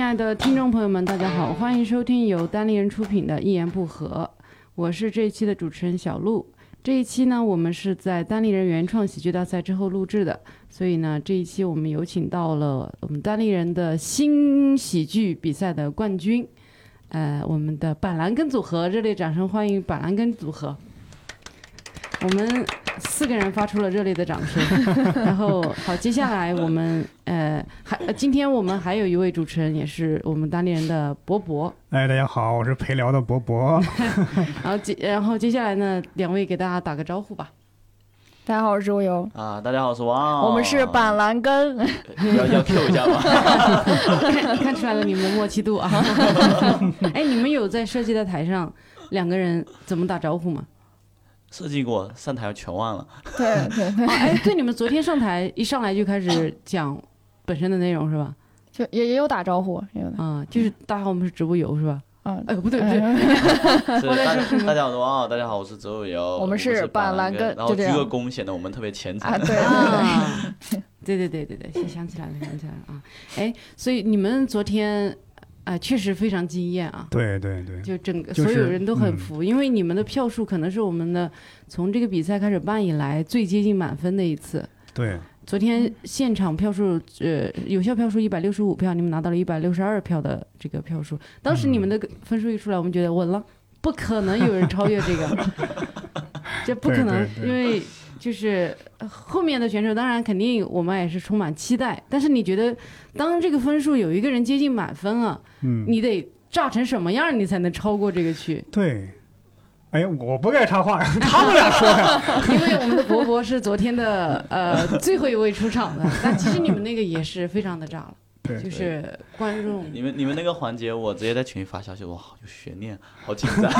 爱的听众朋友们，大家好，欢迎收听由单立人出品的《一言不合》，我是这一期的主持人小鹿。这一期呢，我们是在单立人原创喜剧大赛之后录制的，所以呢，这一期我们有请到了我们单立人的新喜剧比赛的冠军，呃，我们的板蓝根组合，热烈掌声欢迎板蓝根组合。我们四个人发出了热烈的掌声，然后好，接下来我们呃还呃今天我们还有一位主持人，也是我们当地人的博博，哎，大家好，我是陪聊的 博博。然后接然后接下来呢，两位给大家打个招呼吧。大家好，我是悠悠，啊，大家好，我是王。我们是板蓝根，要要 Q 一下吗？ 看看出来了你们的默契度啊！哎，你们有在设计的台上两个人怎么打招呼吗？设计过上台全 忘了，对对对哦，，哎，对，你们昨天上台一上来就开始讲本身的内容是吧？就也也有打招呼，也有打，啊、就是大家好，我们是直播游是吧？嗯，哎，不对不对，是大家大家好，我是王傲，大家好，我是周友友，我们是是板板蓝根根，然后就这鞠样个躬，显得我们特别虔诚啊，。对，啊， 对对对对对，想起来了，想起来了啊！哎，所以你们昨天啊、确实非常惊艳啊！对对对，就整个、就是所有人都很嗯服，因为你们的票数可能是我们的从这个比赛开始办以来最接近满分的一次。对昨嗯天现场票数，呃，有效票数一百六十五票，你们拿到了一百六十二票的这个票数。当嗯时你们的分数一出来，我们觉得稳了，不可能有人超越这个， 这不可能，对对对因为就是呃后面的选手，当然肯定我们也是充满期待。但是你觉得，当这个分数有一个人接近满分啊，嗯，你得炸成什么样，你才能超过这个去？对。哎，我不该插话，哎他们俩说呀。因为我们的博博是昨天的呃最后一位出场的，但其实你们那个也是非常的炸了。对就是观众你们你们那个环节，我直接在群里发消息，哇，有悬念，好紧 张，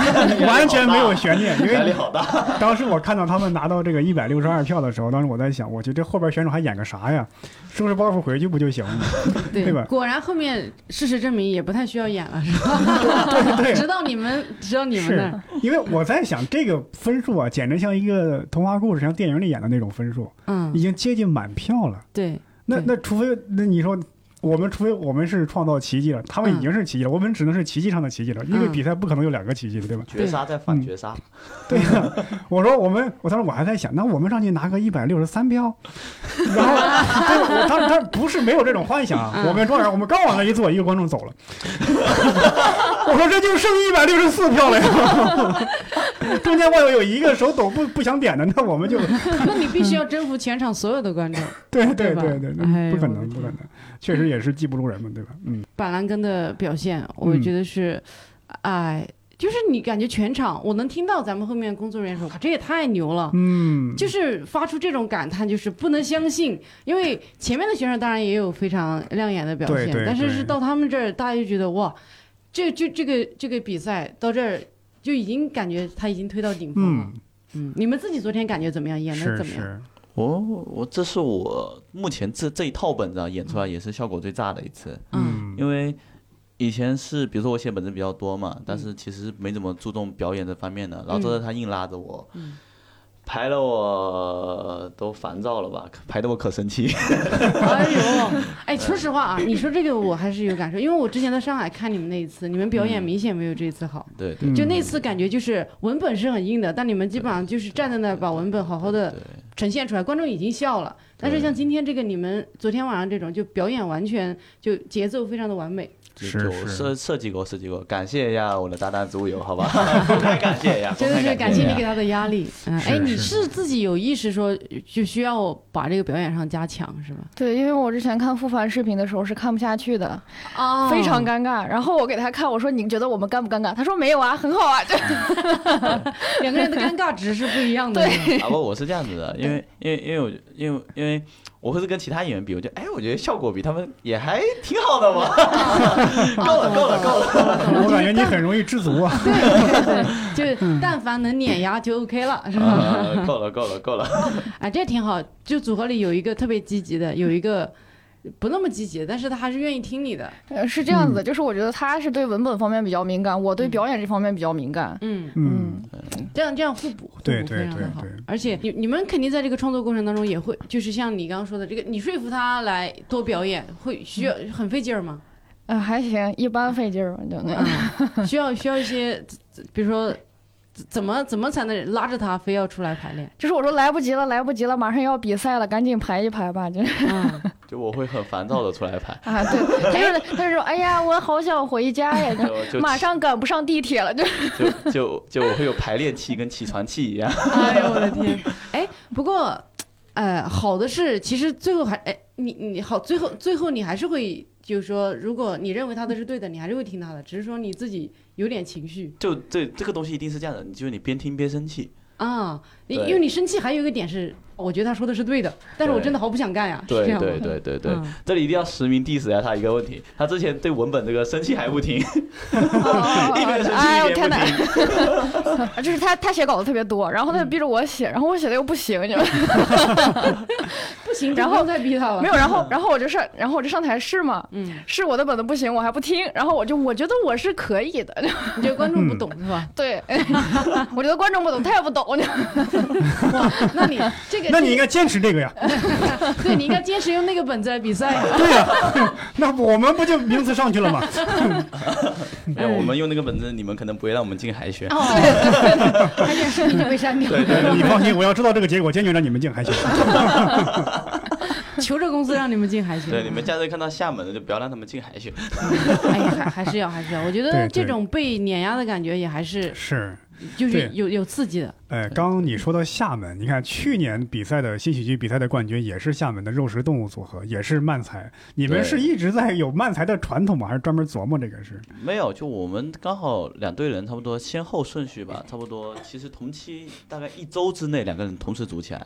完全没有悬念，因哎压力为好大。当时我看到他们拿到这个一百六十二票的时候，当时我在想，我去这后边选手还演个啥呀？收拾包袱回去不就行了吗？对吧果然后面事实证明也不太需要演了，是吧？对 对直到你们，直到你们那儿，对，因为我在想这个分数啊，简直像一个童话故事，像电影里演的那种分数，已嗯，经接近满票了。 对，那对那除非那你说我们除非我们是创造奇迹了，他们已经是奇迹了，我们只能是奇迹上的奇迹了，因为嗯比赛不可能有两个奇迹的，对吧？绝杀再反绝嗯杀， 对呀、我说我们，我当时我还在想，那我们上去拿个一百六十三票，然后对我当时他不是没有这种幻想啊，嗯我跟庄园我们刚往那一坐，一个观众走了， 我说这就剩一百六十四票了呀， 中间我有有一个手抖不不想点的，那我们就那你必须要征服全场所有的观众。对对对吧对对，哎那不可我的能天不可能，确实也是技不如人嘛，对吧？嗯，板蓝根的表现，我嗯觉得是，哎、就是你感觉全场，我能听到咱们后面工作人员说，哇，这也太牛了。嗯，就是发出这种感叹，就是不能相信，因为前面的选手当然也有非常亮眼的表现，对对但是对是到他们这儿，大家就觉得哇，这这这个这个比赛到这儿就已经感觉他已经推到顶峰了嗯。，嗯你们自己昨天感觉怎么样？演的是怎么样？嗯是，我哦我这是我目前这这一套本子啊，演出来也是效果最炸的一次。嗯嗯，因为以前是比如说我写本子比较多嘛，嗯但是其实没怎么注重表演这方面的。然后这次他硬拉着我，嗯排的我都烦躁了吧，排的我可生气。 哎呦，哎，说实话啊，你说这个我还是有感受，因为我之前在上海看你们那一次，你们表演嗯明显没有这一次好。对对嗯就那次感觉就是文本是很硬的，但你们基本上就是站在那儿把文本好好的对呈现出来，观众已经笑了。但是像今天这个，你们昨天晚上这种就表演完全就节奏非常的完美，是就是设设计过设计过，感谢一下我的搭档猪 油，好吧，公开感谢一下，真的是公开感感谢一你下给他的压力。 嗯，是哎，你是是自己有意识说就需要把这个表演上加强是吧？对，因为我之前看复盘视频的时候是看不下去的，啊非常尴尬。然后我给他看，我说你觉得我们尴不尴尬？他说没有啊，很好啊。 这两个人的尴尬值是不一样的。对，啊不，我是这样子的，因为因为因为我因为因为我会是跟其他演员比，我觉得哎，我觉得效果比他们也还挺好 的嘛， 够了够了够了，嗯我感觉你很容易知足啊。 对，嗯就但凡能碾压就 OK 了，是吧？啊够了够了够了，啊，这挺好。就组合里有一个特别积极的，有一个不那么积极的，但是他还是愿意听你的。呃是这样子的，就是我觉得他是对文本方面比较敏感，我对表演这方面比较敏感。嗯，嗯，这样这样互补，互对补对非常的对好对。而且你你们肯定在这个创作过程当中也会，就是像你刚刚说的这个，你说服他来多表演，会需要很费劲儿吗？呃，还行，一般费劲儿吧，就那样。嗯，需要需要一些，比如说怎么怎么才能拉着他非要出来排练？就是我说来不及了，来不及了，马上要比赛了，赶紧排一排吧，就是，嗯，就我会很烦躁的出来排啊，对，他就是他就说，哎呀，我好想回家呀，就就就马上赶不上地铁 了，就就就就我会有排练器跟起床气一样。 哎呦我的天！哎，不过，呃，好的是，其实最后还，哎，你你好，最后最后你还是会，就是说，如果你认为他的是对的，你还是会听他的，只是说你自己有点情绪就这这个东西一定是这样的，你就是你边听边生气。啊，你对因为你生气还有一个点是，我觉得他说的是对的，但是我对真的好不想干呀，是对这样对吗？对对对，嗯这里一定要实名 diss 一下他一个问题，他之前对文本这个生气还不停， 一边生哎，气我一天边哪不！停。就是他他写稿子特别多，然后嗯他就逼着我写，然后我写的又不行，你知道 吗？不行，然就不后用再逼他了，没有，然后然后我就上，然后我就上台试嘛，嗯，试我的本子不行，我还不听，然后我就我觉得我是可以的， 你觉得观众不嗯懂是吧？对， 我觉得观众不懂，他也不懂， 哇，那你这个，那你应该该坚持这个呀。对你应该坚持用那个本子来比赛呀。对呀、那我们不就名次上去 了吗？没有，我们用那个本子，你们可能不会让我们进海哦选。还点视频就被删掉，对对你放心，我要知道这个结果，坚决让你们进海选。求着公司让你们进海选。对，你们下次看到厦门的就不要让他们进海选。哎，还还是要，还是要。我觉对得对这种被碾压的感觉也还是，是，就是对有有刺激的。呃，刚刚你说到厦门，你看去年比赛的新喜剧比赛的冠军也是厦门的肉食动物组合，也是漫才。你们对是一直在有漫才的传统吗？还是专门琢磨这个事？没有，就我们刚好两队人差不多先后顺序吧，差不多。其实同期大概一周之内，两个人同时组起来。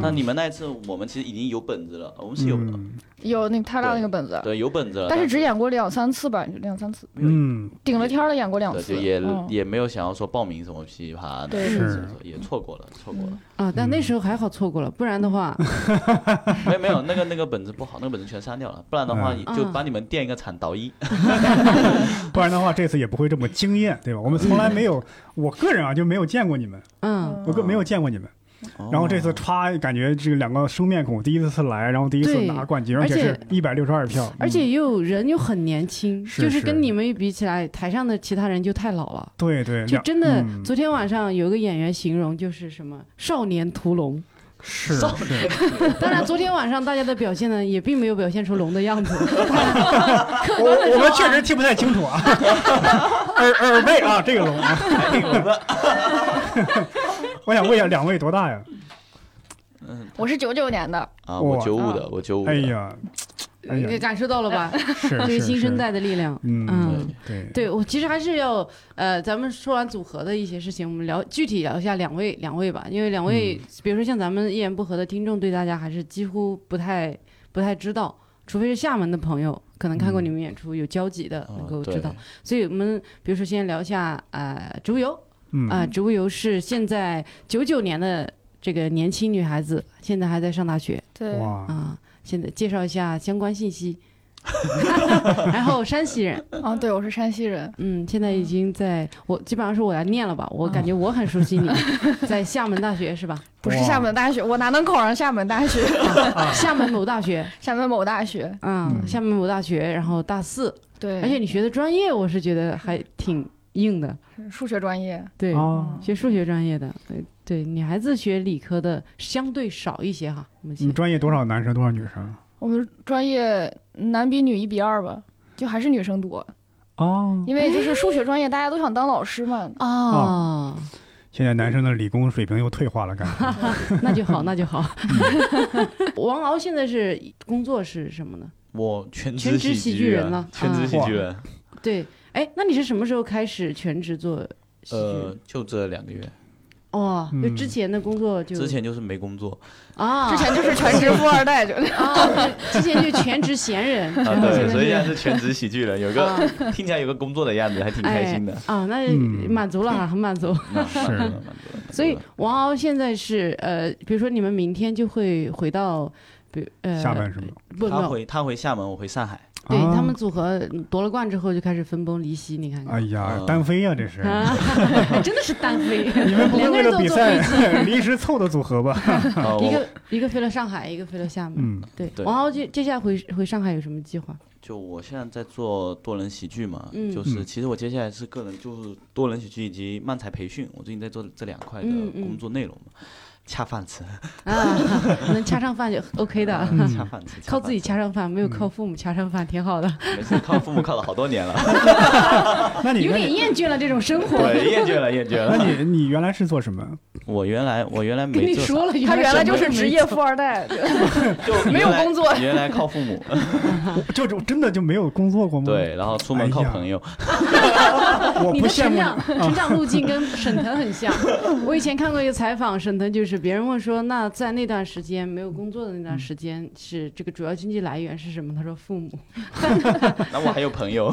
那嗯，你们那一次，我们其实已经有本子了，我们是有、嗯有那他俩那个本子，对有本子了，但是只演过两三次吧，两三次，没有嗯，顶了天儿的演过两对，次，就也、嗯也没有想要说报名什么噼里啪啦的，对是所以说也错过了，错过了。啊，但嗯那时候还好错过了，不然的话，没有没有，那个那个本子不好，那个本子全删掉了，不然的话嗯就把你们垫一个惨倒一。不然的话这次也不会这么惊艳，对吧？我们从来没有，我个人啊就没有见过你们，嗯，我个没有见过你们。哦然后这次歘，感觉这两个生面孔，第一次来，然后第一次对拿冠军，而而且且是一百六十二票，而嗯且又人又很年轻，是就是是跟你们一比起来，台上的其他人就太老了。对对，就两真的，嗯昨天晚上有一个演员形容就是什么少年屠龙。 是少 是，当然，昨天晚上大家的表现呢，也并没有表现出龙的样子。我我们确实听不太清 楚啊，耳耳背啊，这个聋啊，我想问一下，两位多大呀？嗯我是九九年的，啊，我哇九五的，我九五。哎，呀， 哎你呀，感受到了吧？ 是这个是新生是代的力量。嗯嗯，对，对我其实还是要呃，咱们说完组合的一些事情，我们聊具体聊一下两位两位吧，因为两位、比如说像咱们一言不合的听众，对大家还是几乎不太不太知道，除非是厦门的朋友，可能看过嗯你们演出有交集的、啊能够对知道。所以我们比如说先聊一下呃，植物油嗯啊、植物油是现在九九年的这个年轻女孩子，现在还在上大学对，啊、哇，现在介绍一下相关信息。 然后山西人，啊，对，我是山西人，嗯，现在已经在我基本上是我来念了吧，我感觉我很熟悉 你，在厦门大学是吧？不是哇厦门大学，我哪能考上厦门大学？厦门某大学，厦门某大学，嗯，嗯厦门某大学，然后大四，对，而且你学的专业我是觉得还挺硬的，数学专业，对，啊，学数学专业的，对对，女孩子学理科的相对少一些哈，我们你先们专业多少男生多少女生？啊我们专业男比女一比二吧，就还是女生多，哦，因为就是数学专业大家都想当老师嘛。哦，现在男生的理工水平又退化了，感觉那就好，那就好。王敖现在是工作是什么呢？我全全职职喜喜剧剧人了全职喜啊剧人。对，哎，那你是什么时候开始全职做戏呃剧？，就这两个月，哦，就之嗯前的工作就之前就是没工作啊，之前就是全职富二代，就 啊，之前就全职闲人，啊，然后现对，在所以就现在是全职喜剧人，有 个听起来有个工作的样子，还挺开心的。啊，那啊嗯满足了，很满 足。那蛮是多的蛮多的所以王敖现在是呃，比如说你们明天就会回到，比如呃，下半身吧。不他不，回他回厦门，我回上海。 对啊他们组合夺了冠之后就开始分崩离析，你看哎看。呀，嗯单飞呀，这是。啊， 真的是单飞，你们不会两个为人都了比坐飞机，赛 临时凑的组合吧？啊，一我个一个飞了上海，一个飞了厦门。嗯，对，对王敖接接下来回回上海有什么计划？就我现在在做多人喜剧嘛，嗯就是嗯其实我接下来是个人，就是多人喜剧以及漫才培训，我最近在做这两块的嗯嗯工作内容嘛，恰饭吃，啊，能恰上饭就 OK 的，恰饭吃，靠自己恰饭上饭，没有靠父母恰上饭，挺好的。吃，没事，靠父母靠了好多年了，那你有那点你厌倦了这种生活， 对，厌倦了，厌倦那了。你你原来是做什么？ 我原来我原来跟没你做啥，说了，他原来就是职业父富二代， 就没有原来工作原来靠父 母，就就真的就没有工作过吗？，对，然后出门靠哎呀朋友，我你不的羡成慕长成长路径 跟沈腾很像。我以前看过一个采访，沈腾就是别人问说，那在那段时间没有工作的那段时间，是这个主要经济来源是什么？他说父母。那我还有朋 友，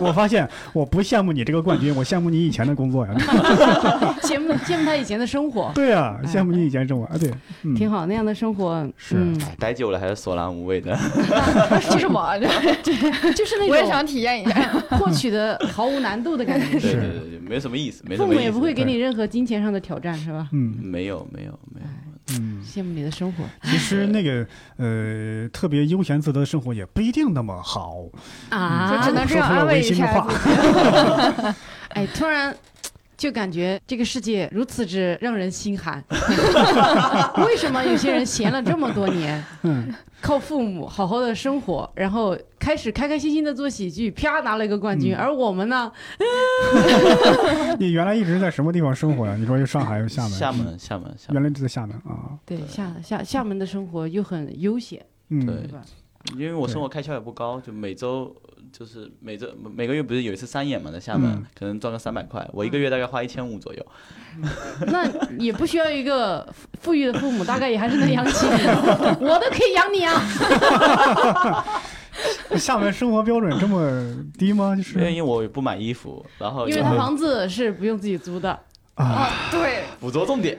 我发现我不羡慕你这个冠军，我羡慕你以前的工作呀。 羡慕羡慕他以前的生活，对啊，哎羡慕你以前生活啊。对，嗯挺好，那样的生活是嗯、待久了还是索然无味的。是什么？就是那种我也想体验一下。获取的毫无难度的感觉。对是对对对，没什么意思， 没什父么意母思。也不会给你任何金钱上的挑战，是吧？嗯没有没有没有，哎嗯，羡慕你的生活，其实那个呃，特别悠闲自得的生活也不一定那么好，啊就只能这样说出了安慰违一心的下话。哎，突然就感觉这个世界如此之让人心 寒。为什么有些人闲了这么多年，嗯，靠父母好好的生活，然后开始开开心心的做喜剧，啪拿了一个冠军，嗯而我们呢，你原来一直在什么地方生活呀？你说又上海又厦门？嗯厦门厦门厦门，原来就在厦门啊。对厦厦厦门的生活又很悠闲，嗯，对对吧？因为我生活开销也不高，就每周就是每周每个月不是有一次三演嘛，在厦门、嗯可能赚个三百块，我一个月大概花一千五左右。那也不需要一个富富裕的父母，大概也还是能养 起你，我都可以养你啊。厦门生活标准这么低吗？就因为是因为我也不买衣服，然后因也为他会房子是不用自己租的。啊，啊，对，捕捉重 点，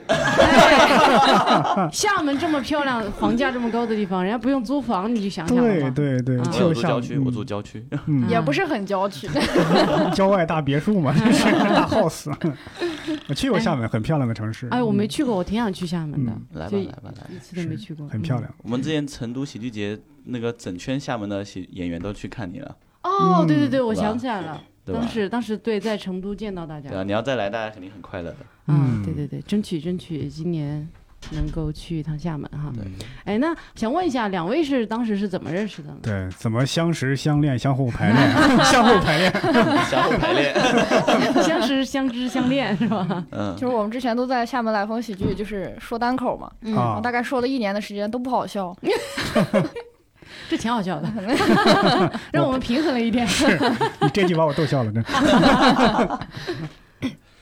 厦门这么漂亮，房价这么高的地方，人家不用租房，你就想想了对吧。对对，啊嗯我就有住是郊厦区，我住郊区， 嗯也不是很郊区， 嗯郊外大别墅嘛，这是大 house。我去过厦门，很漂亮的城市。哎，我没去过，我挺想去厦门的，嗯来吧就来吧来吧。一次都没去过，嗯很漂亮。我们之前成都喜剧节那个整圈厦门的喜演员都去看你了，嗯。哦，嗯对对对，我对吧想起来了，对吧当？时当时对，在成都见到大家对啊，你要再来，大家肯定很快乐的。啊，嗯对对对，争取争取今年能够去一趟厦门哈。嗯对， 哎，那想问一下，两位是当时是怎么认识的呢？对，怎么相识、相恋、相互 排练、相互排练？啊相互 排练，相识、相知、相恋是 吧？嗯， 就是我们之前都在厦门来风喜剧，就是说单口嘛，嗯啊大概说了一年的时间都不好笑，这挺好笑 的，让我们平衡了一点。是你这句把我逗笑了，真。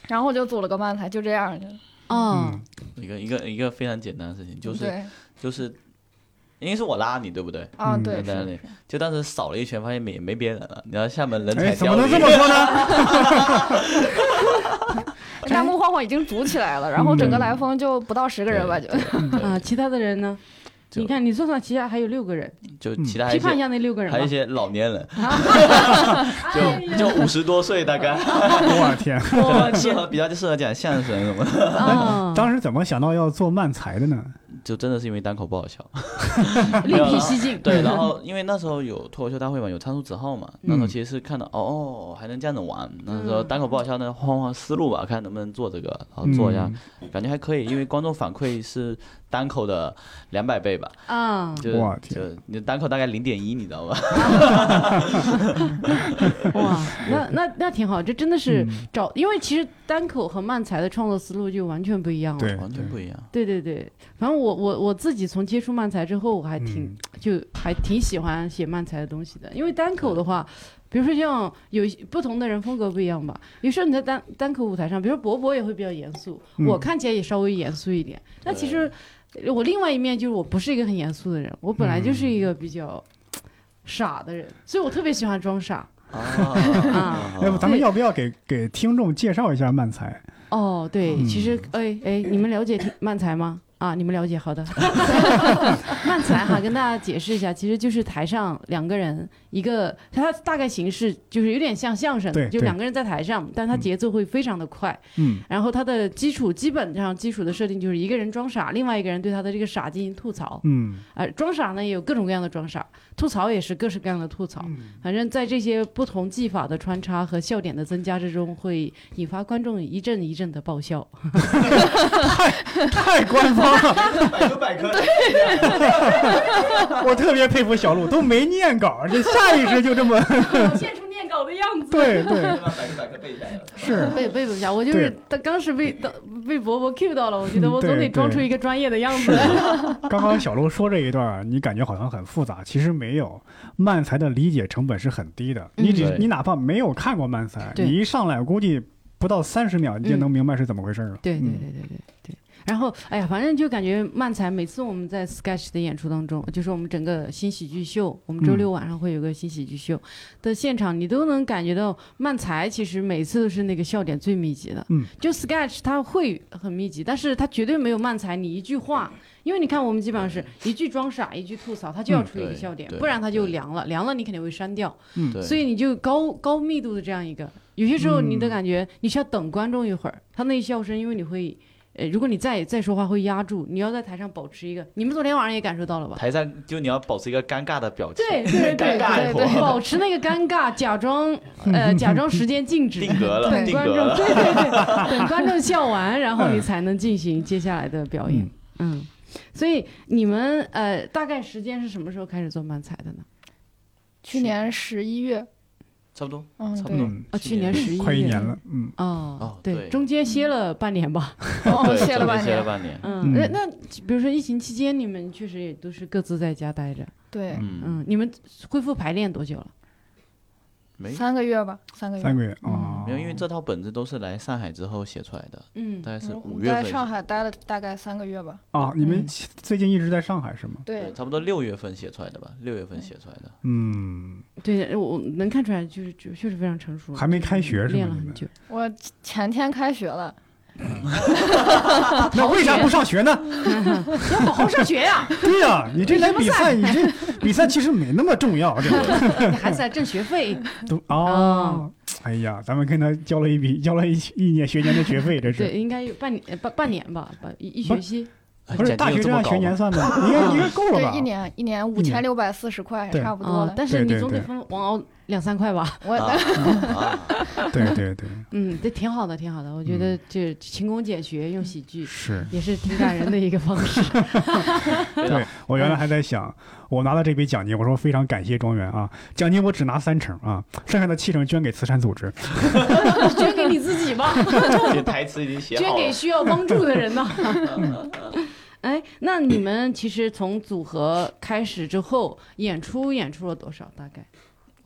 然后就组了个漫才，就这样就嗯嗯，一个一个一个非常简单的事情，就是对就是，因为是我拉你，对不对？啊，嗯对，在那是里，就当时扫了一圈，发现没没别人了。你知道厦门人哎，怎才凋么能这零么，说 呢？弹哎幕晃晃已经组起来了，然后整嗯个来风就不到十个人吧，就啊，其他的人呢？就你看，你算算，旗下还有六个人，就嗯其他批一判一些下那六个人还有一吧。些老年 人，哎就就五十多岁大概，嗯我天，哦可 能适合比较适合讲相声什么的。 啊，当时怎么想到要做漫才的呢？时就真的是因为单口不好笑，另辟蹊径。 对。然后因为那时候有脱口秀大会嘛，有参数子号嘛，嗯那时候其实是看到哦哦还能这样子玩，那时候单口不好笑呢，换换思路吧，看能不能做这个，然后哦做一嗯下，感觉还可以，因为观众反馈是单口的两百倍吧，啊，就哇天就你单口大概零点一，你知道吧？ 哇，那 那那挺好，这真的是嗯找，因为其实单口和漫才的创作思路就完全不一样了。对，完全不一样。哦对对对，反正我我我自己从接触漫才之后，我还挺、嗯就还挺喜欢写漫才的东西的，因为单口的话，比如说像有一些不同的人风格不一样吧，有时候你在单单口舞台上，比如说博博也会比较严肃，嗯我看起来也稍微严肃一点。那其实呃我另外一面就是我不是一个很严肃的人，我本来就是一个比较傻的人，所以我特别喜欢装傻。啊要不哎咱们要不要给给听众介绍一下漫才？哦，对，嗯其实哎哎，你们了解听漫才吗？啊，你们了解，好 的。慢起来哈，跟大家解释一下，其实就是台上两个人，一个它大概形式就是有点像相声，对就对两个人在台上，但它嗯节奏会非常的快。嗯，然后它的基础基本上基础的设定就是一个人装傻，另外一个人对他的这个傻进行吐槽。嗯，呃，装傻呢也有各种各样的装傻，吐槽也是各式各样的吐槽。嗯反正在这些不同技法的穿插和笑点的增加之中，会引发观众一阵一阵的爆笑。太官方了，百科百科，我特别佩服小鹿，都没念稿，这下意识就这么， 表现出念稿的样子。对对，把百科百科背下来了。是， 被被不下，我就是当当时被当被伯伯 Q 到了，我觉得我总嗯对得装对出一个专业的样 子。刚刚小鹿说这一段儿，你感觉好像很复杂，其实没有。漫才的理解成本是很低的，嗯你只对你哪怕没有看过漫才，对你一上来我估计不到三十秒，你就嗯能明白是怎么回事儿了。对对嗯对对对对。然后，哎呀，反正就感觉漫才每次我们在 sketch 的演出当中，就是我们整个新喜剧秀，我们周嗯六晚上会有个新喜剧秀的现场，你都能感觉到漫才其实每次都是那个笑点最密集的。嗯，就 sketch 它会很密集，但是它绝对没有漫才你一句话，因为你看我们基本上是一句装傻，一句吐槽，它就要嗯出一个对笑点，对不然它就对凉了，凉了你肯定会删掉。对，所以你就高高密度的这样一个，有些时候你的感觉嗯你需要等观众一会儿，他那一笑声，因为你会，呃，如果你再再说话会压住，你要在台上保持一个，你们昨天晚上也感受到了 吧？台上就你要保持一个尴尬的表情，对对对尴尬一 对会对，儿，保持那个尴尬，假装 呃假装时间静止，定格了，等定观格众了。 嗯对对对，等观众笑完，然 后你才能进行接下来的表演。嗯，所以你们呃大概时间是什么时候开始做漫才的呢？ 去年十一月，差不多，嗯，差不多对，嗯，啊，去年十一快一年了，嗯，哦哦，对，对中间歇了半年吧。哦，对，歇了中间半歇了年，半年，嗯，嗯那那比如说疫情期间，你们确实也都是各自在家待着。对，嗯，嗯，你们恢复排练多久了？没三个月吧，三个月，三个月啊，没有，因为这套本子都是来上海之后写出来的，嗯大概是嗯五我月在份上写，海待了大概三个月吧，啊，你们嗯最近一直在上海是吗？对，对，差不多六月份写出来的吧，六月份写出来的。嗯，对，我我能看出来，就是就确实非常成熟。还没开学是练吗了你很们久。我前天开学了，那为啥不上学呢？要哦好好上学 呀，对呀，你这来比赛，你这比赛其实没那么重要，这个。你孩子还挣学 费。都哦，哎呀，咱们跟他交了一笔，交了一一年学年的学费，这对，是应该有半年呃半半年吧，半一一不学是期。不是简大历学啊啊是按有这么高学吗年算的？应该应该够了对，吧一？年一年五一年千六百四十块，对差不多哦了，。但是你对对总得对分往两三块 吧。我啊啊，对对对，嗯，这挺好的，挺好的。我觉嗯得这勤工俭学用喜剧 是也是挺感人的一个方 式。啊对。我原来还在想，我拿到这笔奖金，我说非常感谢庄园啊，奖金我只拿三成啊，剩下的七成捐给慈善组织。捐给你自己吧。这台词已 经写捐好给了。需要帮助的人呢。 哎，那你们其实从组合开始之后，演出演出了多少？大概，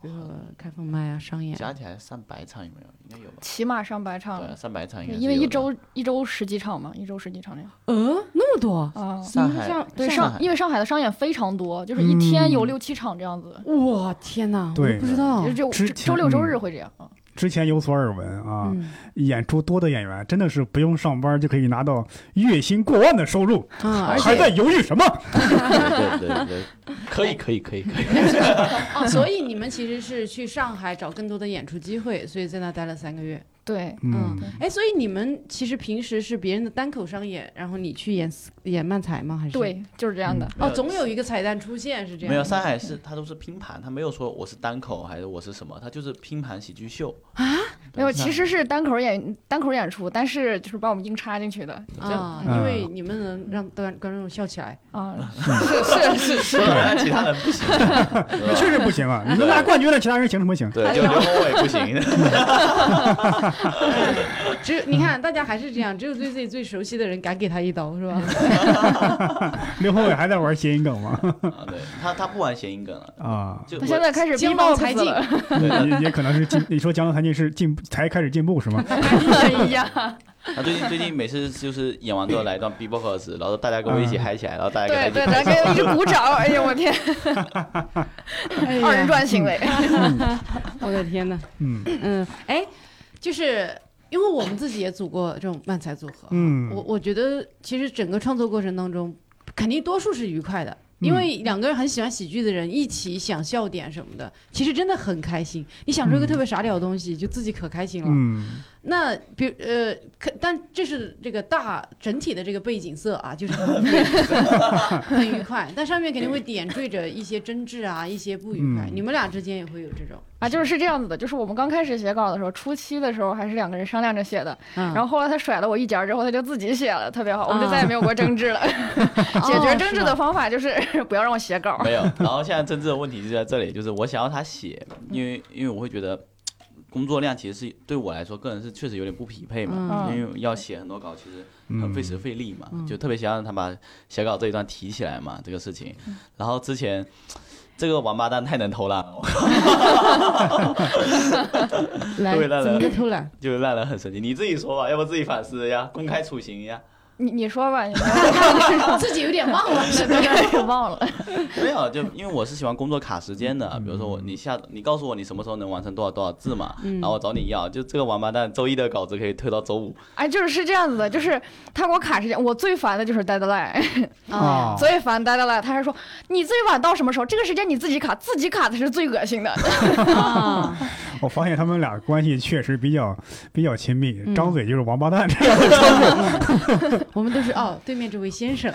比如说开放麦啊，商演啊。加起来上百场有没有？应该有吧。 起码上百场嗯对，啊了，上百场应该是因为有一的周一周十几场嘛，一周十几场那样呃，那么多？啊。上海嗯上对上上，海因为上海的商演非常多，就是一天嗯有六七场这样子，哇，天哪，我都对不知道哦就。是之周周前周六周嗯日会这样啊。之前有所耳闻啊，嗯演出多的演员真的是不用上班就可以拿到月薪过万的收入，啊，而还且在犹豫什么？对对对对，可以可以可以可以。啊，所以你们其实是去上海找更多的演出机会，所以在那待了三个月。对，嗯嗯，，哎，所以你们其实平时是别人的单口商演，然后你去演演漫才吗？还是？对，就是这样的。哦，总有一个彩蛋出现是这样的。没有，上海嗯是它都是拼盘，它没有说我是单口还是我是什么，它就是拼盘喜剧秀啊。没有，其实是单口演单口演出，但是就是把我们硬插进去的啊，嗯因为你们能让观观众笑起来，啊，是是是是，是其他人 不行，那确实不行啊！你能拿冠军的，其他人行什么行？对，就刘宏伟不行。只有你看大家还是这样，只有对自己最熟悉的人敢给他一刀，是吧？刘宏伟还在玩谐音梗吗？ 啊，对他他不玩谐音梗了，啊，就我我现在开始江郎 B-box 才尽了， 也也可能是进，你说江郎才尽是进才开始进步是吗？哎呀，他最近最近每次就是演完之后来一段 B-box，然后大家跟我一起嗨起来，然后大家嗯对跟对，他一起咱给一直鼓掌，哎呀，我天，二人转行为，哎 我的天呐，嗯嗯，哎，就是因为我们自己也组过这种漫才组合，嗯我我觉得其实整个创作过程当中，肯定多数是愉快的，嗯因为两个人很喜欢喜剧的人一起想笑点什么的，其实真的很开心。你想说一个嗯特别傻屌的东西，就自己可开心了。嗯，那比如呃，可但这是这个大整体的这个背景色啊，就是 很愉快，但上面肯定会点缀着一些争执啊，一些不愉快。嗯你们俩之间也会有这种，啊，就是是这样子的，就是我们刚开始写稿的时候，初期的时候还是两个人商量着写的，嗯、然后后来他甩了我一截儿之后，他就自己写了，特别好，我们就啊再也没有过争执了。后解决争执的方法就是 不要让我写稿。 没有。然后现在真正的问题就在这里，就是我想要他写，因为因为我会觉得工作量其实是对我来说，个人是确实有点不匹配嘛，嗯因为要写很多稿，其实嗯很费时费力嘛，嗯就特别想让他把写稿这一段提起来嘛，这个事情。然后之前这个王八蛋太能偷懒了，来对来怎么来个偷 懒？就让人很生气。你自己说吧，要不自己反思呀，公开处刑呀。你你说吧，你 说啊自己有点忘 了，是有点 忘了。没有，就因为我是喜欢工作卡时间的，比如说我你下你告诉我你什么时候能完成多少多少字嘛，然后我找你要，就这个王八蛋周一的稿子可以推到周五，哎，就是是这样子的，就是他给我卡时间，我最烦的就是 deadline，哦啊， 最烦 deadline。他还说你最晚到什么时候？这个时间你自己卡，自己卡才是最恶心的。啊，我发现他们俩关系确实比较比较亲密，嗯张嘴就是王八蛋。 我们都是哦，对面这位先 生。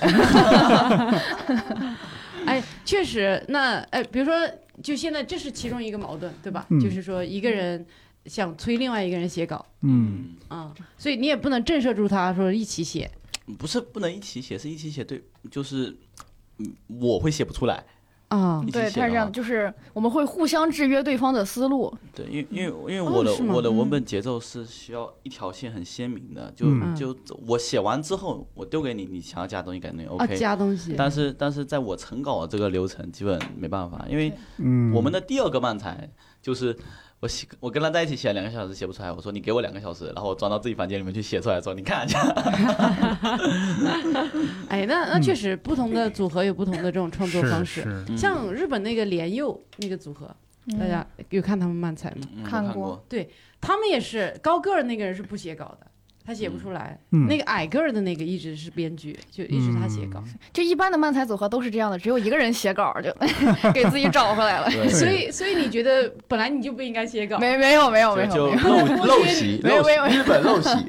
哎，确实，那哎，比如说，就现在这是其中一个矛盾，对吧？嗯就是说，一个人想催另外一个人写稿，嗯，啊、所以你也不能震慑住他说一起写，不是不能一起写，是一起写对，就是嗯我会写不出来，啊嗯一起对，写他是这的样话的，，就是我们会互相制约对方的思路。对，因为因为因为哦我的、是吗我的文嗯本节奏是需要一条线很鲜明的，就、嗯就我写完之后我丢给你，你想要加东西肯定啊 OK，、加东西，但是但是在我成稿的这个流程基本没办法，因为嗯，我们的第二个漫才就是我写，我跟他在一起写了两个小时写不出来，我说你给我两个小时，然后我装到自己房间里面去写出来的时候，你看一下，哎，那那确实不同的组合有不同的这种创作方式。嗯是嗯像日本那个莲佑那个组合，嗯大家有看他们漫才吗？嗯我看看过过，他们也是高个儿那个人是不写稿的，他写不出来。嗯那个矮个儿的那个一直是编剧，就一直他写稿。嗯就一般的漫才组合都是这样的，只有一个人写稿，就 给自己找回来 了。对所以，所以你觉得本来你就不应该写稿？没没有没有没有就就没有，陋陋习，没有陋习没有没日本陋习，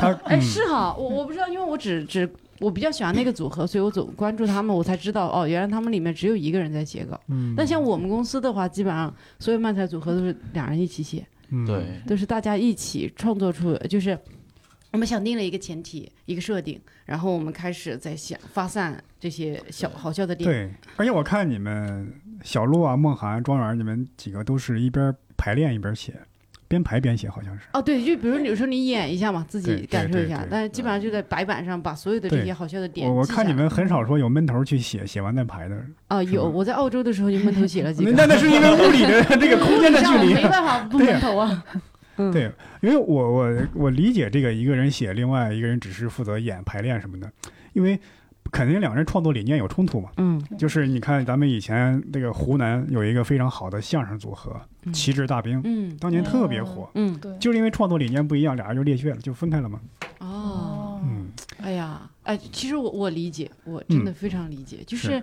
他哎，嗯是哈，我我不知道，因为我只只我比较喜欢那个组合，所以我总关注他们，我才知道哦，原来他们里面只有一个人在写稿。嗯但像我们公司的话，基本上所有漫才组合都是两人一起写，嗯对，都是大家一起创作出，就是我们想定了一个前提，一个设定，然后我们开始在想发散这些小好笑的点。对，而且我看你们小鹿啊、梦涵、庄园，你们几个都是一边排练一边写，边排边写，好像是。哦，对，就比如有时候你演一下嘛，自己对感受对一下对，但是基本上就在白板上把所有的这对些好笑的点我我记下看你来们很少说有闷头去写，写完再排的。啊，是吗有我在澳洲的时候就闷头写了几那个，那那是因为物理 的这个空间的距让我 离 没。办法不闷头啊。嗯对，因为我我我理解这个一个人写，另外一个人只是负责演排练什么的，因为肯定两人创作理念有冲突嘛。嗯就是你看，咱们以前那个湖南有一个非常好的相声组合嗯——旗帜大兵，嗯当年特别火，嗯对就是因为创作理念不一样，俩人就裂穴了，就分开了嘛。哦。嗯，哎呀，哎，其实我我理解，我真的非常理解，就是是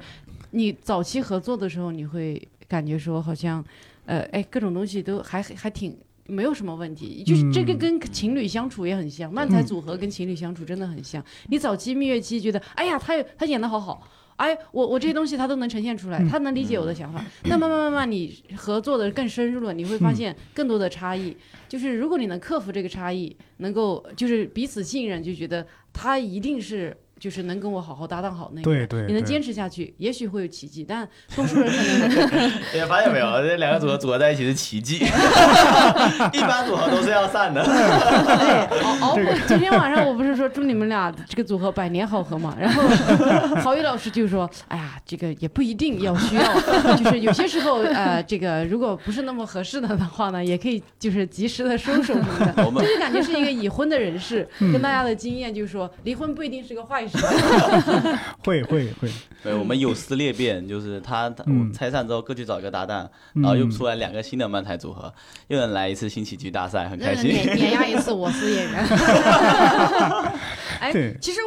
你早期合作的时候，你会感觉说好像，呃，哎，各种东西都还还挺。没有什么问题，就是这个嗯跟情侣相处也很像，漫才组合跟情侣相处真的很像。你早期蜜月期觉得，哎呀，他他演的好好，哎，我我这些东西他都能呈现出来，他能理解我的想法。但慢慢慢慢，你合作的更深入了，你会发现更多的差异。就是如果你能克服这个差异，能够就是彼此信任，就觉得他一定是就是能跟我好好搭档好那个嗯对人。对你能对坚持下去，也许会有奇迹，但多数人可能 也发现没有，这两个组合组合在一起是奇 迹，一般组合都是要散的。哦对熬熬不。昨天晚上我不是说祝你们俩这个组合百年好合嘛，然后 郝宇老师就说：“哎呀，这个也不一定要需要， 就是有些时候呃，这个如果不是那么合适的的话呢，也可以就是及时的收手什么的。”我们 嗯就是感觉是一个已婚的人士，跟大家的经验就是说，离婚不一定是个坏坏 事。会会 会，对，我们有撕裂变，就是他他嗯我拆散之后各去找一个搭档，嗯然后啊又出来两个新的漫才组合，又能来一次新喜剧大赛，很开嗯心。碾碾压一次我司演员。哎对， 其实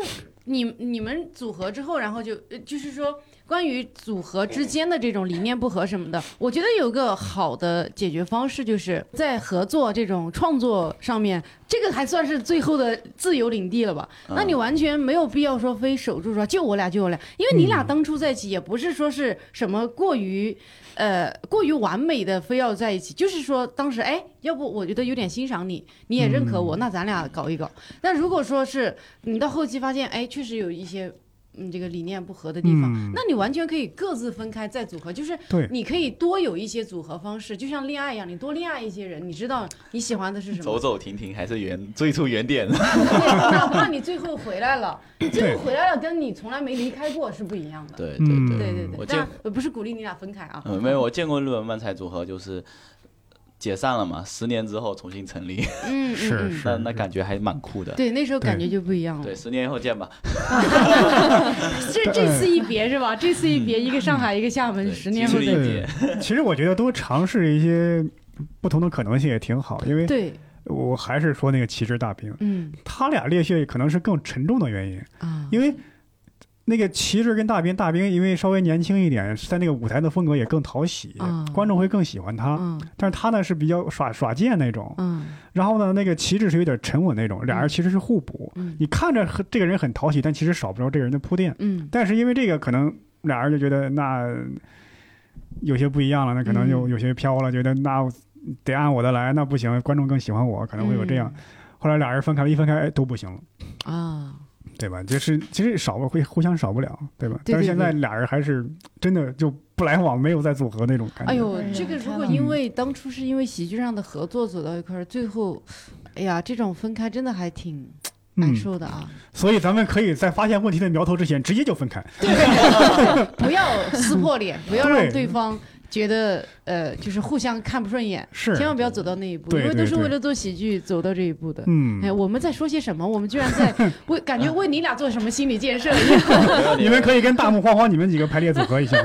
你你们组合之后，然后就呃就是说，关于组合之间的这种理念不合什么的，我觉得有个好的解决方式，就是在合作这种创作上面，这个还算是最后的自由领地了吧？嗯那你完全没有必要说非守住说就我俩就我俩，因为你嗯俩当初在一起也不是说是什么过于。呃，过于完美的非要在一起，就是说当时哎，要不我觉得有点欣赏你，你也认可我，嗯那咱俩搞一搞。但如果说是你到后期发现，哎，确实有一些嗯这个理念不合的地方，嗯那你完全可以各自分开再组合，就是对你可以多有一些组合方式，就像恋爱一样，你多恋爱一些人，你知道你喜欢的是什走么，走停停还是原最初原点， 对， 哪怕你最后回来了，你最对后回来了跟你从来没离开过是不一样的。对对嗯对。对对我对，见但我不是鼓励你俩分开啊。嗯，没有，我见过日本漫才组合，就是解散了嘛，十年之后重新成立，嗯，嗯是嗯是那那感觉还蛮酷的。对，那时候感觉就不一样了对，。十年以后见吧。这这次一别是吧？这次一别，一个上海，一个厦门，对十年其后实再一见。别，嗯其实我觉得多尝试一些不同的可能性也挺好，因为对，我还是说那个旗帜大兵，嗯他俩裂穴可能是更沉重的原因，啊，嗯因为那个旗帜跟大兵，大兵因为稍微年轻一点，在那个舞台的风格也更讨喜啊，观众会更喜欢他。嗯但是他呢是比较耍耍贱那种，嗯然后呢那个旗帜是有点沉稳那种，俩人其实是互补。嗯你看着很这个人很讨喜，但其实少不着这个人的铺垫。嗯但是因为这个，可能俩人就觉得那有些不一样了，那可能有嗯有些飘了，觉得那得按我的来，那不行，观众更喜欢我，可能会有嗯这样。后来俩人分开了，一分开，哎，都不行了，啊。对吧？就是其实少不会互相少不了，对吧？对对但是现在对俩人还是真的就不来往，没有再组合那种感觉。哎呦哎，呀这个如天果哪因为当初是因为喜剧上的合作走到一块儿，最后，哎呀，这种分开真的还挺难嗯，受的啊！所以咱们可以在发现问题的苗头之前直接就分开。不要撕破脸， 不要让对对方觉得呃，就是互相看不顺眼，是，千万不要走到那一步，对因为都对是对为了做喜剧走到这一步的。嗯，哎，我们在说些什么？我们居然在 为感觉为你俩做什么心理建 设一样。你们可以跟大木、花花你们几个排列组合一下。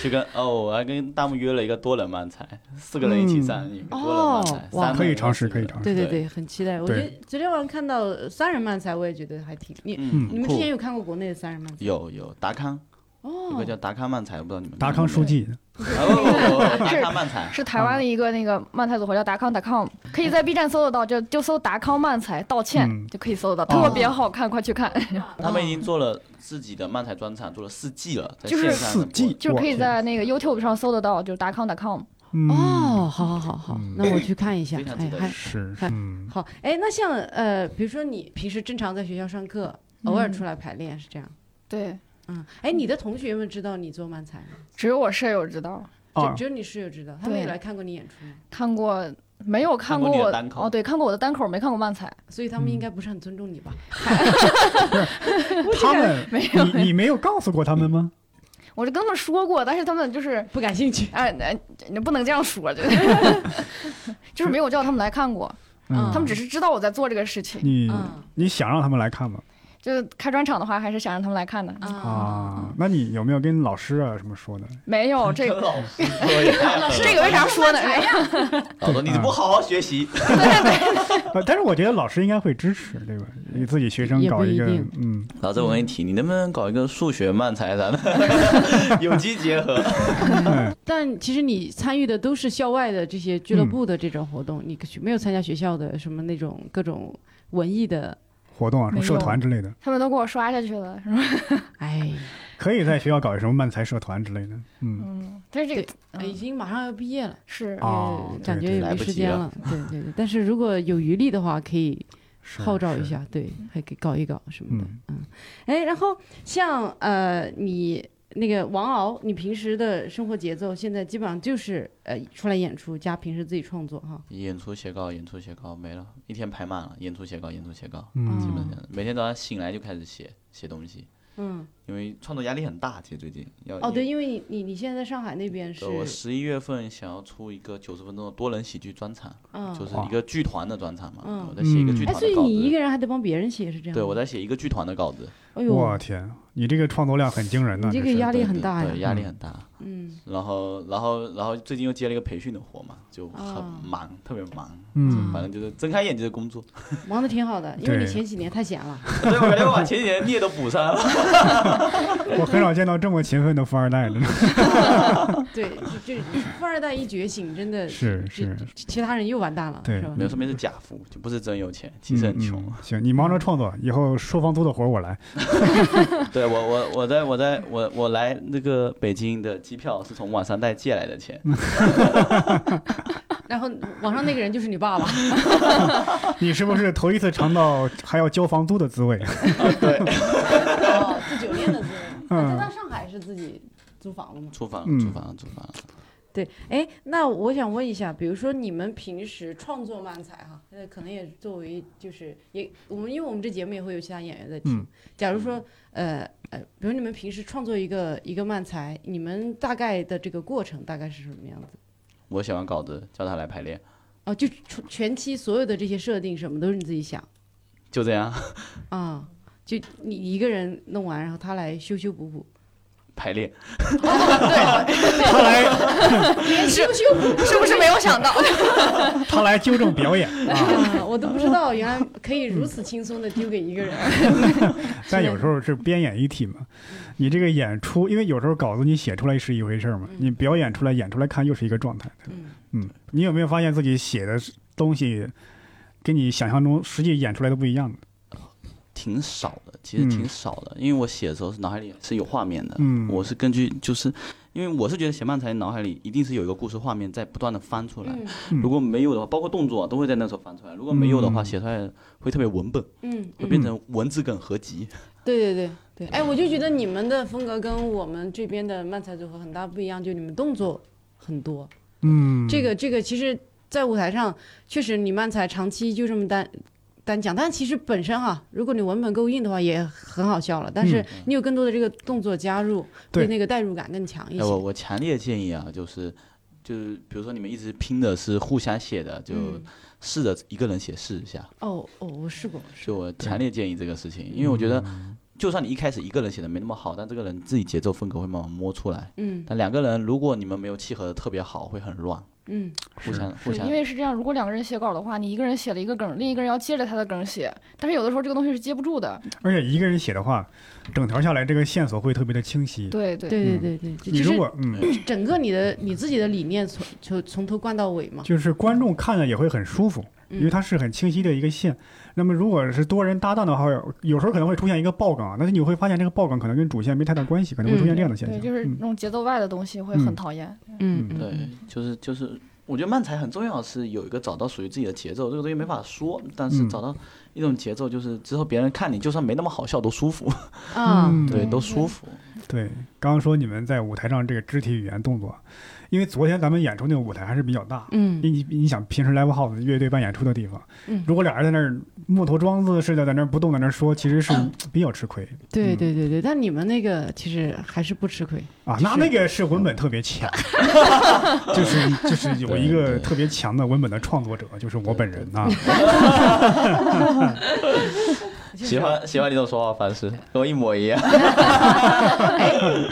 去跟哦，我还跟大木约了一个多人漫才，四个人一起上一个多人漫才，哦哇三个人可以尝试四个人可以尝试对对，对，很期待。我觉对得昨天晚上看到呃三人漫才，我也觉得还挺你。嗯，你们酷之前有看过国内的三人漫才？有有达康，有哦个，叫达康漫才，我不知道你们达康书书记，记，哦，达康漫才， 是台湾的一个那个漫才组合叫达康达康，可以在 B 站搜得到，就就搜达康漫才道歉嗯就可以搜得到，哦特别好看，快去看，他们已经做了自己的漫才专场，做了四季了，在就是线上四季就是可以在那个 YouTube 上搜得到，就是达康达康。嗯，哦，好好好好，那我去看一下非。常值哎，得还是，哎嗯，好，哎，那像呃，比如说你平时正常在学校上课，嗯偶尔出来排练是这样。对，嗯，哎，你的同学们知道你做漫才吗？只有我舍友知道，啊就只有你室友知道，他们对也来看过你演出吗？看过没有看看过你我的单口哦，对，看过我的单口，没看过漫才。所以他们应该不是很尊重你吧？他们你你没有告诉过他们吗？我就跟他们说过，但是他们就是不感兴趣。哎哎，你不能这样说，就是就是没有叫他们来看过，嗯他们只是知道我在做这个事情。你嗯你想让他们来看吗？就是开专场的话，还是想让他们来看的。哦啊，啊，那你有没有跟老师啊什么说的？没 有这跟个老师说也太狠了，这个为啥说呢？老师你不好好学习， 呃，但是我觉得老师应该会支持，对吧？你自己学生也不搞一一个定，嗯，老师我问你提，你能不能搞一个数学漫才啥的，有机结合？哎但其实你参与的都是校外的这些俱乐部的这种活动，你可去没有参加学校的什么那种各种文艺的。活动啊，什么没社有团之类的，他们都给我刷下去了，是嗯吧？哎，可以在学校搞什么漫才社团之类的，嗯，嗯，但是这个嗯哎已经马上要毕业了，是哦也对感觉对也来没不时及间了了。对对对，但是如果有余力的话，可以是号召一，是下，对，还可以搞一搞什么的嗯，嗯，哎，然后像呃，你那个王敖，你平时的生活节奏现在基本上就是呃出来演出加平时自己创作哈，演出写稿，演出写稿没了，一天排满了，演出写稿，演出写稿，嗯基本哦上每天早上醒来就开始写写东西，嗯，因为创作压力很大，其实最近要哦对，因为你你你现在在上海那边是对，我十一月份想要出一个九十分钟的多人喜剧专场，嗯，就是哇一个剧团的专场嘛。嗯我在写一个嗯剧哎，团所的以稿你一子。个人还得帮别人写是这样吗？对，我在写一个剧团的稿子，哎我呦，天，你这个创作量很惊人呢、你这这个是压力对很对大对，呀，压力嗯很大。嗯，然后，然后，然后最近又接了一个培训的活嘛，就很啊忙，特别忙。嗯，反正就是睁开眼就是工 作，忙的挺好的，因为你对前几年太闲了，所以我感觉我把前几年孽都补上了。我很少见到这么勤奋的富二代的，嗯嗯对，就就富二代一觉醒，真的是是这，其他人又完蛋了，对是吧没？有，说明是假富，就不是真有钱，其实很穷。嗯嗯行，你忙着创作，以后收房租的活儿我来。 对我，我我在我在我我来那个北京的机票是从网上贷借来的钱，嗯然后网上那个人就是你爸爸，你是不是头一次尝到还要交房租的滋味？ 哦，自酒 店的自己，那他嗯到上海是自己租房了吗？租房嗯租房租房。对，哎，那我想问一下，比如说你们平时创作漫才哈，那可能也作为就是也我们因为我们这节目也会有其他演员在听，嗯假如说呃呃，比如你们平时创作一个一个漫才，你们大概的这个过程大概是什么样子？我写完稿子叫他来排练，哦，就全全期所有的这些设定什么都是你自己想就这样 啊。就你一个人弄完，然后他来修修补 补，排练。他来，修修补补是不是没有想到？他来纠正表演啊！啊，我都不知道原来可以如此轻松的丢给一个人。 但有时候是编演一体嘛。你这个演出，因为有时候稿子你写出来是一回事儿嘛，嗯你表演出来、演出来看又是一个状态。嗯，嗯，你有没有发现自己写的东西跟你想象中实际演出来的不一样的？挺少的，其实挺少的，因为我写的时候是脑海里是有画面的，嗯我是根据就是，因为我是觉得写漫才脑海里一定是有一个故事画面在不断的翻出 来，嗯嗯如果没有的话，包括动作都会在那时候翻出来，如果没有的话，嗯写出来会特别文本，嗯，会嗯变成文字梗合集。对对对对，哎，我就觉得你们的风格跟我们这边的漫才组合很大不一样，就你们动作很多。嗯，这个这个，其实，在舞台上确实你漫才长期就这么单单讲，但其实本身哈、如果你文本够硬的话，也很好笑了。但是你有更多的这个动作加入，对嗯对那个代入感更强一哎，我些。我强烈建议啊，就是就是比如说你们一直拼的是互相写的，就嗯试着一个人写试一下，哦哦，我试过，是就我强烈建议这个事情，因为我觉得。嗯就算你一开始一个人写的没那么好，但这个人自己节奏风格会慢慢摸出来。嗯但两个人如果你们没有契合的特别好，会很乱，嗯互相互对，相因。为是这样，如果两个人写稿的话，你一个人写了一个梗，另一个人要接着他的梗写，但是有的时候这个东西是接不住的。嗯而且一个人写的话，整条下来这个线索会特别的清晰。对对对嗯对对对，你就如是果嗯，整个你的你自己的理念从从从头灌到尾嘛。就是观众看着也会很舒服，嗯因为它是很清晰的一个线。那么如果是多人搭档的话，有时候可能会出现一个爆梗啊，但是你会发现这个爆梗可能跟主线没太大关系，可能会出现这样的现象。对，就是嗯那种节奏外的东西会嗯很讨厌。嗯，嗯对，就是就是，我觉得慢才很重要的是有一个找到属于自己的节奏，这个东西没法说，但是嗯找到一种节奏，就是之后别人看你就算没那么好笑都舒服， 啊，嗯对，都舒服。对，刚刚说你们在舞台上这个肢体语言动作，因为昨天咱们演出那个舞台还是比较大。嗯你你你想平时 live house 乐队办演出的地方，嗯如果俩人在那儿木头桩子似的在那儿不动在那儿说，其实是嗯比较吃亏对嗯对对对，但你们那个其实还是不吃亏。啊。就那是那个是文本特 别强，就是就是有一对个对特别强的文本的创作者，就是我本人啊呐、喜 欢喜欢你这种说话方式，跟我一模一样。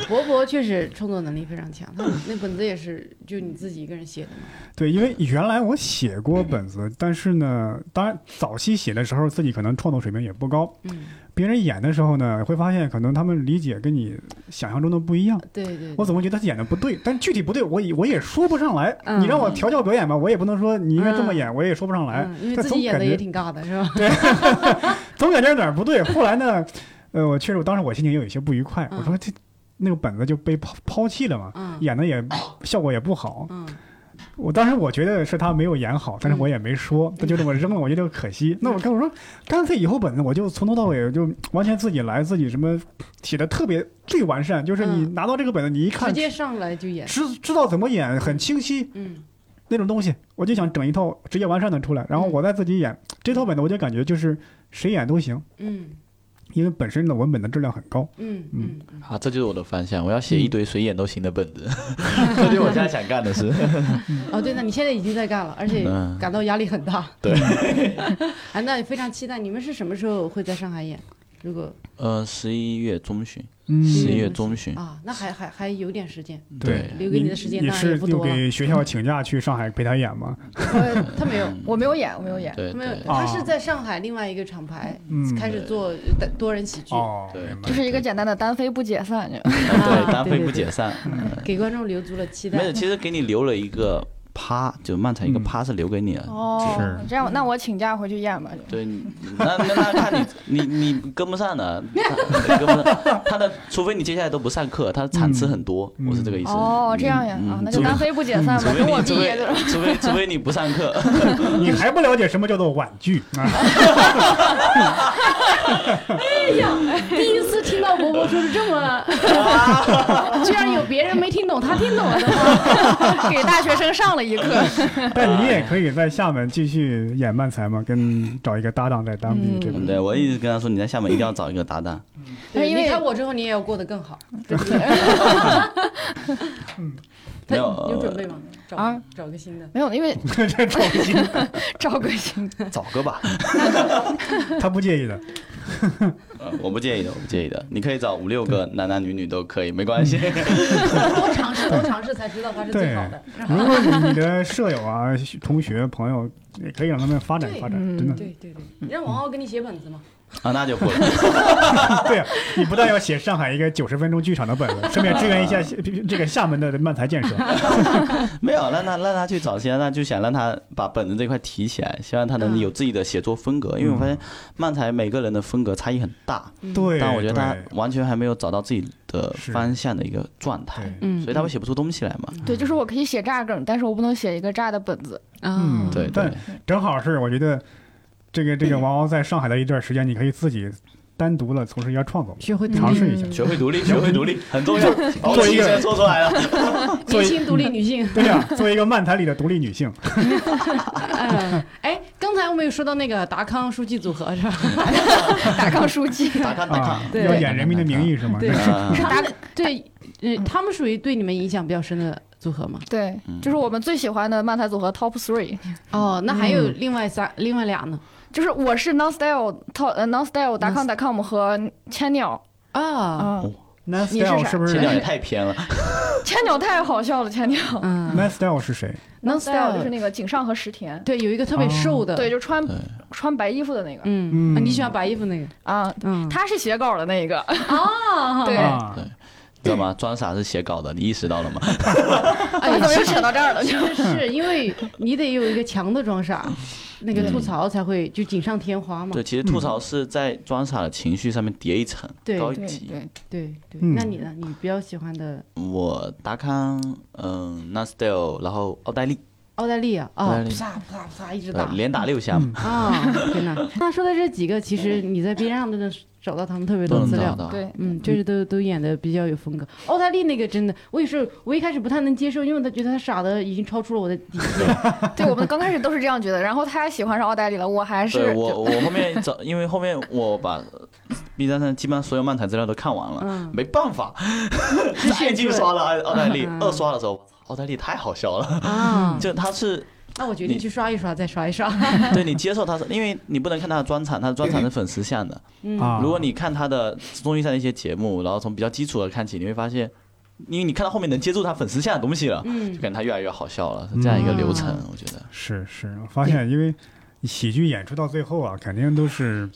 博博确实创作能力非常强，他那本子也是就你自己一个人写的嘛。对，因为原来我写过本子，但是呢，当然早期写的时候自己可能创作水平也不高，嗯，别人演的时候呢，会发现可能他们理解跟你想象中的不一样。对对我对，总会觉得他演的不对，但具体不对，我也我也说不上来。嗯你让我调教表演吧，我也不能说你应该这么嗯演，我也说不上来。嗯，因为但自总己演感的觉也挺尬的，是吧？总感觉哪儿不对。后 来呢，呃，我确实，我当时我心情也有一些不愉快，嗯我说这那个本子就被抛抛弃了嘛，嗯演的也效果也不好。嗯我当时我觉得是他没有演好，但是嗯我也没说，他就这么扔了，我觉得可惜。那我跟我说，干脆以后本子我就从头到尾我就完全自己来，自己什么写的特别最完善，就是你拿到这个本子，你一嗯直看接上来就演。知知道怎么演，很清晰嗯那种东西，我就想整一套嗯直接完善的出来，然后我再自己演这套本子，我就感觉就是谁演都行。嗯，因为本身的文本的质量很高。嗯嗯，嗯 啊，这就是我的方向，我要写一堆谁演都行的本子， 这就是我现在想干的 事。哦对，那你现在已经在干了，而且嗯感到压力很大。对，啊，那也非常期待你们是什么时候会在上海演？如果呃，十一月中旬，嗯十一月中旬，啊，那还还还有点时间，对，留给你的时间你当然也是不就多了。给学校请假去上海陪他演吗？呃他没有， 我没有演，我没有演。对他没有，对，他是在上海另外一个厂牌啊嗯，开始对做呃多人喜剧。哦，对明白就。是一个简单的单飞不解散，就对，单飞对嗯对不解散。给观众留足了期没有，待。其实给你留了一个趴，就漫才一个嗯趴是留给你的。哦是，这样那我请假回去演吧。就对，你那那那看你你你跟不上的，他跟不上他的，除非你接下来都不上课，他产值很多，嗯我是这个意思。哦，这样呀，嗯啊，那除就非单飞不解散吧，除等非我你毕除业的时候。非除非除非你不上 课， 你还不了解什么叫做婉拒啊？第一次听到伯伯说的这么，居然有别人没听懂，他听懂了的话， 给大学生上了一课。 但你也可以在厦门继续演漫才嘛，跟找一个搭档在当地，对不对？嗯对我一直跟他说你在厦门一定要找一个搭档。对因为你看我之后，你也要过得更好。 没嗯他有有准备吗？找啊找个新的。没有，因为这 种赵个新 找个吧，他不介意的。 呃我不介意的，我不介意的，你可以找五六个男男女女都可以，没 关系。多尝试，多尝试才知道它是最好的。如果你你的舍友啊、同学、朋友，也可以让他们发展对嗯发展，真的。对对对，你让嗯王傲给你写本子嘛。啊，那就不了。 对啊，你不但要写上海一个九十分钟剧场的本子，顺便支援一下 这个厦门的漫才建设。没有，让他让他去找其他，那就想让他把本子这块提起来，希望他能嗯有自己的写作风格。因为我发现漫才每个人的风格差异很大，对，但我觉得他对完全还没有找到自己的是方向的一个状态对，嗯所以他会写不出东西来嘛。对，就是我可以写炸梗，但是我不能写一个炸的本子。啊嗯，对对但正好是我觉得这个这个王敖在上海的一段时间，你可以自己单独的从事一下创作。学会尝试一下学会独立，学会独立很重 要。把我做一提个前说出来了，嗯年轻独立女性。对呀、作为一个漫才里的独立女性，嗯，哎，刚才我们有说到那个达康书记组合是吧？ 达康书记，打卡打啊卡。，对要演《人民的名义》是吗？对 啊是达对，呃，他们属于对你们影响比较深的组合吗？对，嗯就是我们最喜欢的漫才组合 Top Three，哦，那还有另外三、另外俩呢？就是我是 Non Style Top 呃 Non Style 达康达 com 和千鸟啊，哦啊，那你是 Style 啥是不是前两也太偏了，千鸟太好笑了，千 鸟嗯 m a Style 是谁？Style Non Style 就是那个井上和石田，对，有一个特别哦瘦的，对，，就穿对穿白衣服的那个嗯，嗯啊你喜欢白衣服那个？啊，嗯，他是写稿的那一 个，哎啊，对啊，知道吗？装傻是写稿的，你意识到了吗？哎，怎么又扯到这儿了？就就是因为你得有一个强的装傻，那个吐槽才会就锦上添花嘛对，。其实吐槽是在装傻的情绪上面叠一层，对高一对级。对，对对，嗯那你呢？你比较喜欢的我达康，嗯 n a s t y l e 然后奥黛丽，澳大利亚澳啊，大利扑亚嚓扑嚓扑嚓一直呃打，连打六下嘛，啊，天哪！ 那说到这几个，其实你在 B 站上都能找到他们特别都多能资找料。到。对，嗯，就是都都演的比较有风格。奥黛丽那个真的，我也是，我一开始不太能接受，因为他觉得他傻的已经超出了我的底线。 对我们刚开始都是这样觉得，然后他喜欢上奥黛丽了，我还对是我，我后面找，因为后面我把 B 站上基本上所有漫才资料都看完了，嗯，没办法， 再去刷了奥黛丽嗯，二刷的时候，奥黛丽太好笑了，啊，就他是那我决定你去刷一刷，再刷一刷。 对你接受他是，因为你不能看他的专场，他的专场是粉丝向的，嗯啊，嗯如果你看他的综艺上的一些节目，然后从比较基础的看起，你会发现，因为你看到后面能接住他粉丝向的东西了，嗯就感觉他越来越好笑了，是这样一个流程，我觉得。是是，我发现因为喜剧演出到最后啊，肯定都是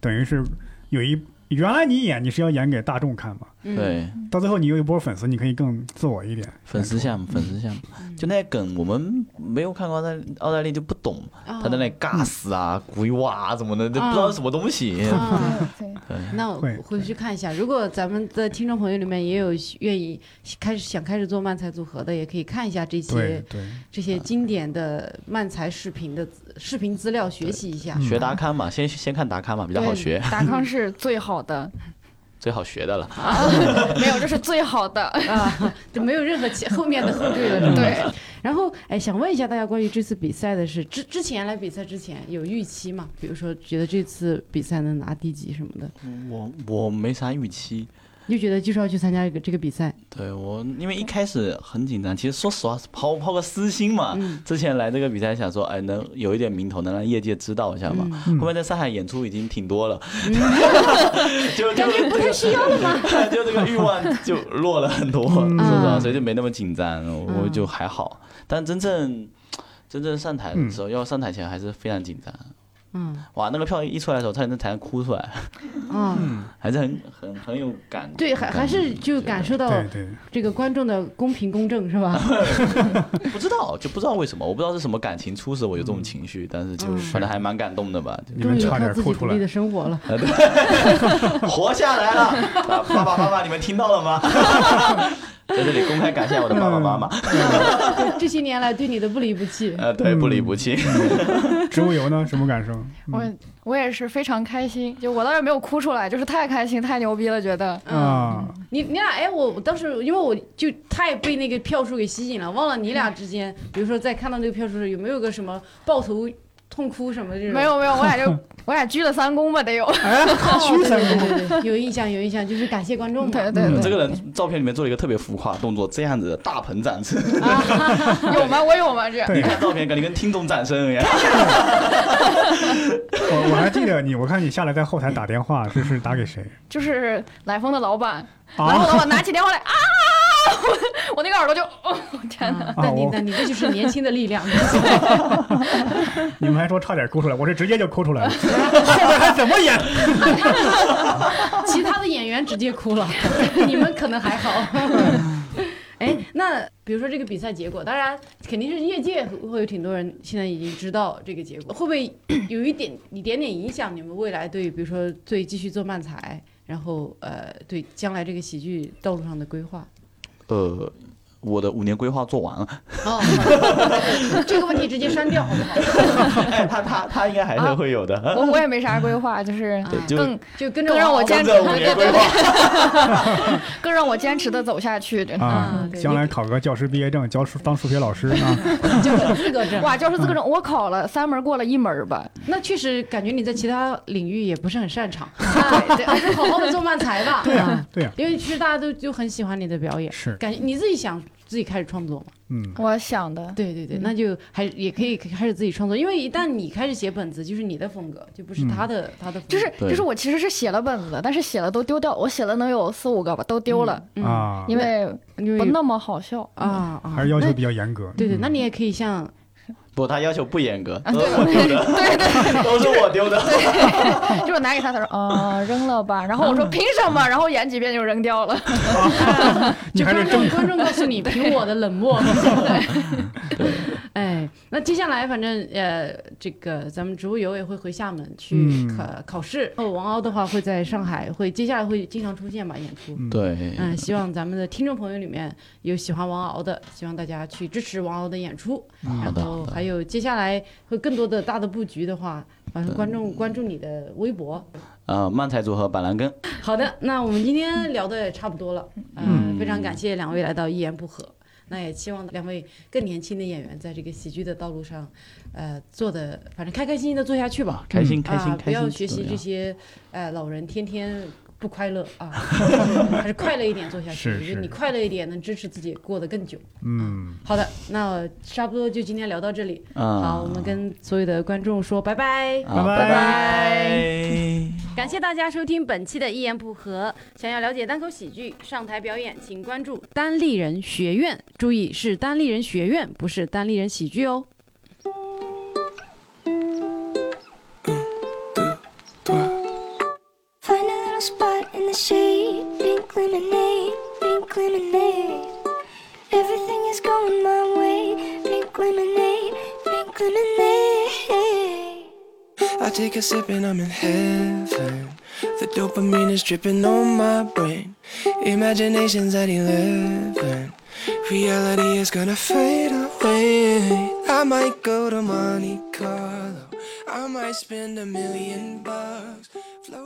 等于是有一原来你演你是要演给大众看嘛，嗯，对，到最后你有一波粉丝，你可以更自我一点。粉丝项目，粉丝项目，嗯就那些梗，我们没有看过澳大澳大利就不懂，啊他在那里尬死啊、鬼哇啊什么的，都不知道是什么东西。 啊，对那我会回去看一下。如果咱们的听众朋友里面也有愿意开始想开始做漫才组合的，也可以看一下这对些对，这些经典的漫才视频的资视频资料，学习一下。学达康嘛，先先看达康嘛，比较好学，嗯达康是最好 的，最好学的了。没有，这是最好的。嗯嗯啊，就没有任何其后面的后缀了。是吧对，然后，哎，想问一下大家关于这次比赛的事，之之前来比赛之前有预期吗？比如说觉得这次比赛能拿第几什么的，我我没啥预期，就觉得就是要去参加这个这个比赛。对我因为一开始很紧张，其实说实话是抛抛个私心嘛，嗯，之前来这个比赛想说，哎，能有一点名头，能让业界知道一下嘛。嗯后面在上海演出已经挺多了， 就 就感觉不太需要了吗？就这个欲望就弱了很多，嗯是吧？嗯所以就没那么紧张，我就还好。但真正真正上台的时候，要上台前还是非常紧张。嗯哇，那个票一出来的时候，差点在台上哭出来，啊，还是很很很有感。对，还还是就感受到哦对对，这个观众的公平公正是吧？觉得不知道，就不知道为什么，我不知道是什么感情促使我有这种情绪，但是就嗯反正还蛮感动的吧。就 你终们于差靠点自哭己出独来立。的生 活了。活下来了！啊爸爸妈妈，你们听到了吗？在这里公开感谢我的爸爸妈妈。嗯对这些年来对你的不离不弃。呃，对，不离不弃。植物油 呢？什么感受？嗯我我也是非常开心，就我倒是没有哭出来，就是太开心太牛逼了，觉得嗯啊，你你俩哎，我我当时因为我就太被那个票数给吸引了，忘了你俩嗯之间，比如说在看到那个票数时有没有个什么抱头痛哭什么的这种？没有没有，我俩就我俩鞠了三躬吧，得有。哎，嗯哦。 屈对三对公，对对对，有印象有印象，就是感谢观众嘛。 对对 嗯这对，个人照片里面做了一个特别浮夸的动作，这样子的大鹏展翅。有吗？我有吗？这对你看照片，感觉跟听众掌声一样。我我还记得你，我看你下来在后台打电话，这是打给谁就是来风的老板， 然后啊？老板拿起电话来啊，我 我那个耳朵就，哦天哪！啊那你我那你这就是年轻的力量。 你们还说差点哭出来，我这直接就哭出来了，后边还怎 么演？其他的演员直接哭了， 你们可能还 好。哎，那比如说这个比赛结果，当然肯定是业界会有挺多人现在已经知道这个结果，会不 会有一点一点点影响你们未来对，比如说对继续做漫才，然后呃对将来这个喜剧道路上的规划？呃，我的五年规划做完了。 哦， 这个问题直接删掉好不好？哎，他他他应该还是会有的。我我也没啥规划，就是对， 就更就跟着更让我坚跟持，着五对年对规对，划。更让我坚持的走下去。真的啊嗯，对将来考个教师毕业证，教数当数学老师啊，交个资格证。 哇，教师资格证我考了三门，过了一门吧。那确实感觉你在其他领域也不是很擅长，对对还是好好的做漫才吧。啊对呀，对啊呀，因为其实大家都就很喜欢你的表演，是，感觉你自己想自己开始创作嘛？嗯，我 想的，对对对，嗯那就还也可以开始自己创作，因为一旦你开始写本子，就是你的风格，就不是嗯他的、他的风格，就是对就是我其实是写了本子的，但是写了都丢掉，我写了能有四五个吧，都丢了，嗯，啊，因为因为不那么好笑。啊啊，还是要求那比较严格。对对，嗯那你也可以像不，他要求不严格，啊，都对是 我对对对都是我丢的。对， 就是我拿给他，他说啊、扔了吧，然后我说凭什么，然后演几遍就扔掉了。你就还观是正众观众告诉 你，凭我的冷漠。哎，那接下来反正呃，这个咱们植物油也会回厦门去嗯考、考试，然后王敖的话会在上海，会接下来会经常出现吧演出。对，嗯，希望咱们的听众朋友里面有喜欢王敖的，希望大家去支持王敖的演出。嗯好然的后好的。还有接下来会更多的大的布局的话，反正对观众关注你的微博。呃，漫才组合板蓝根，好的，那我们今天聊的也差不多了，嗯，非常感谢两位来到一言不合。那也期望两位更年轻的演员在这个喜剧的道路上，呃，做的反正开开心心的做下去吧。开心开心啊，不开要心。学习这些呃老人天天不快乐啊， 还是快乐一点做下去。是我觉得是你快乐一点，能支持自己过得更久。嗯，好的，那差不多就今天聊到这里。嗯好，我们跟所有的观众说拜拜。啊拜拜拜感谢大家收听本期的《一言不合》。想要了解单口喜剧上台表演，请关注单立人学院。注意是单立人学院，不是单立人喜剧哦。 Find a little spot in the shade, pink lemonade, pink lemonade. Everything is going my way, pink lemonade, pink lemonade. I take a sip and I'm in heaven. The dopamine is dripping on my brain. Imagination's at 11. Reality is gonna fade away. I might go to Monte Carlo. I might spend a million bucks. Float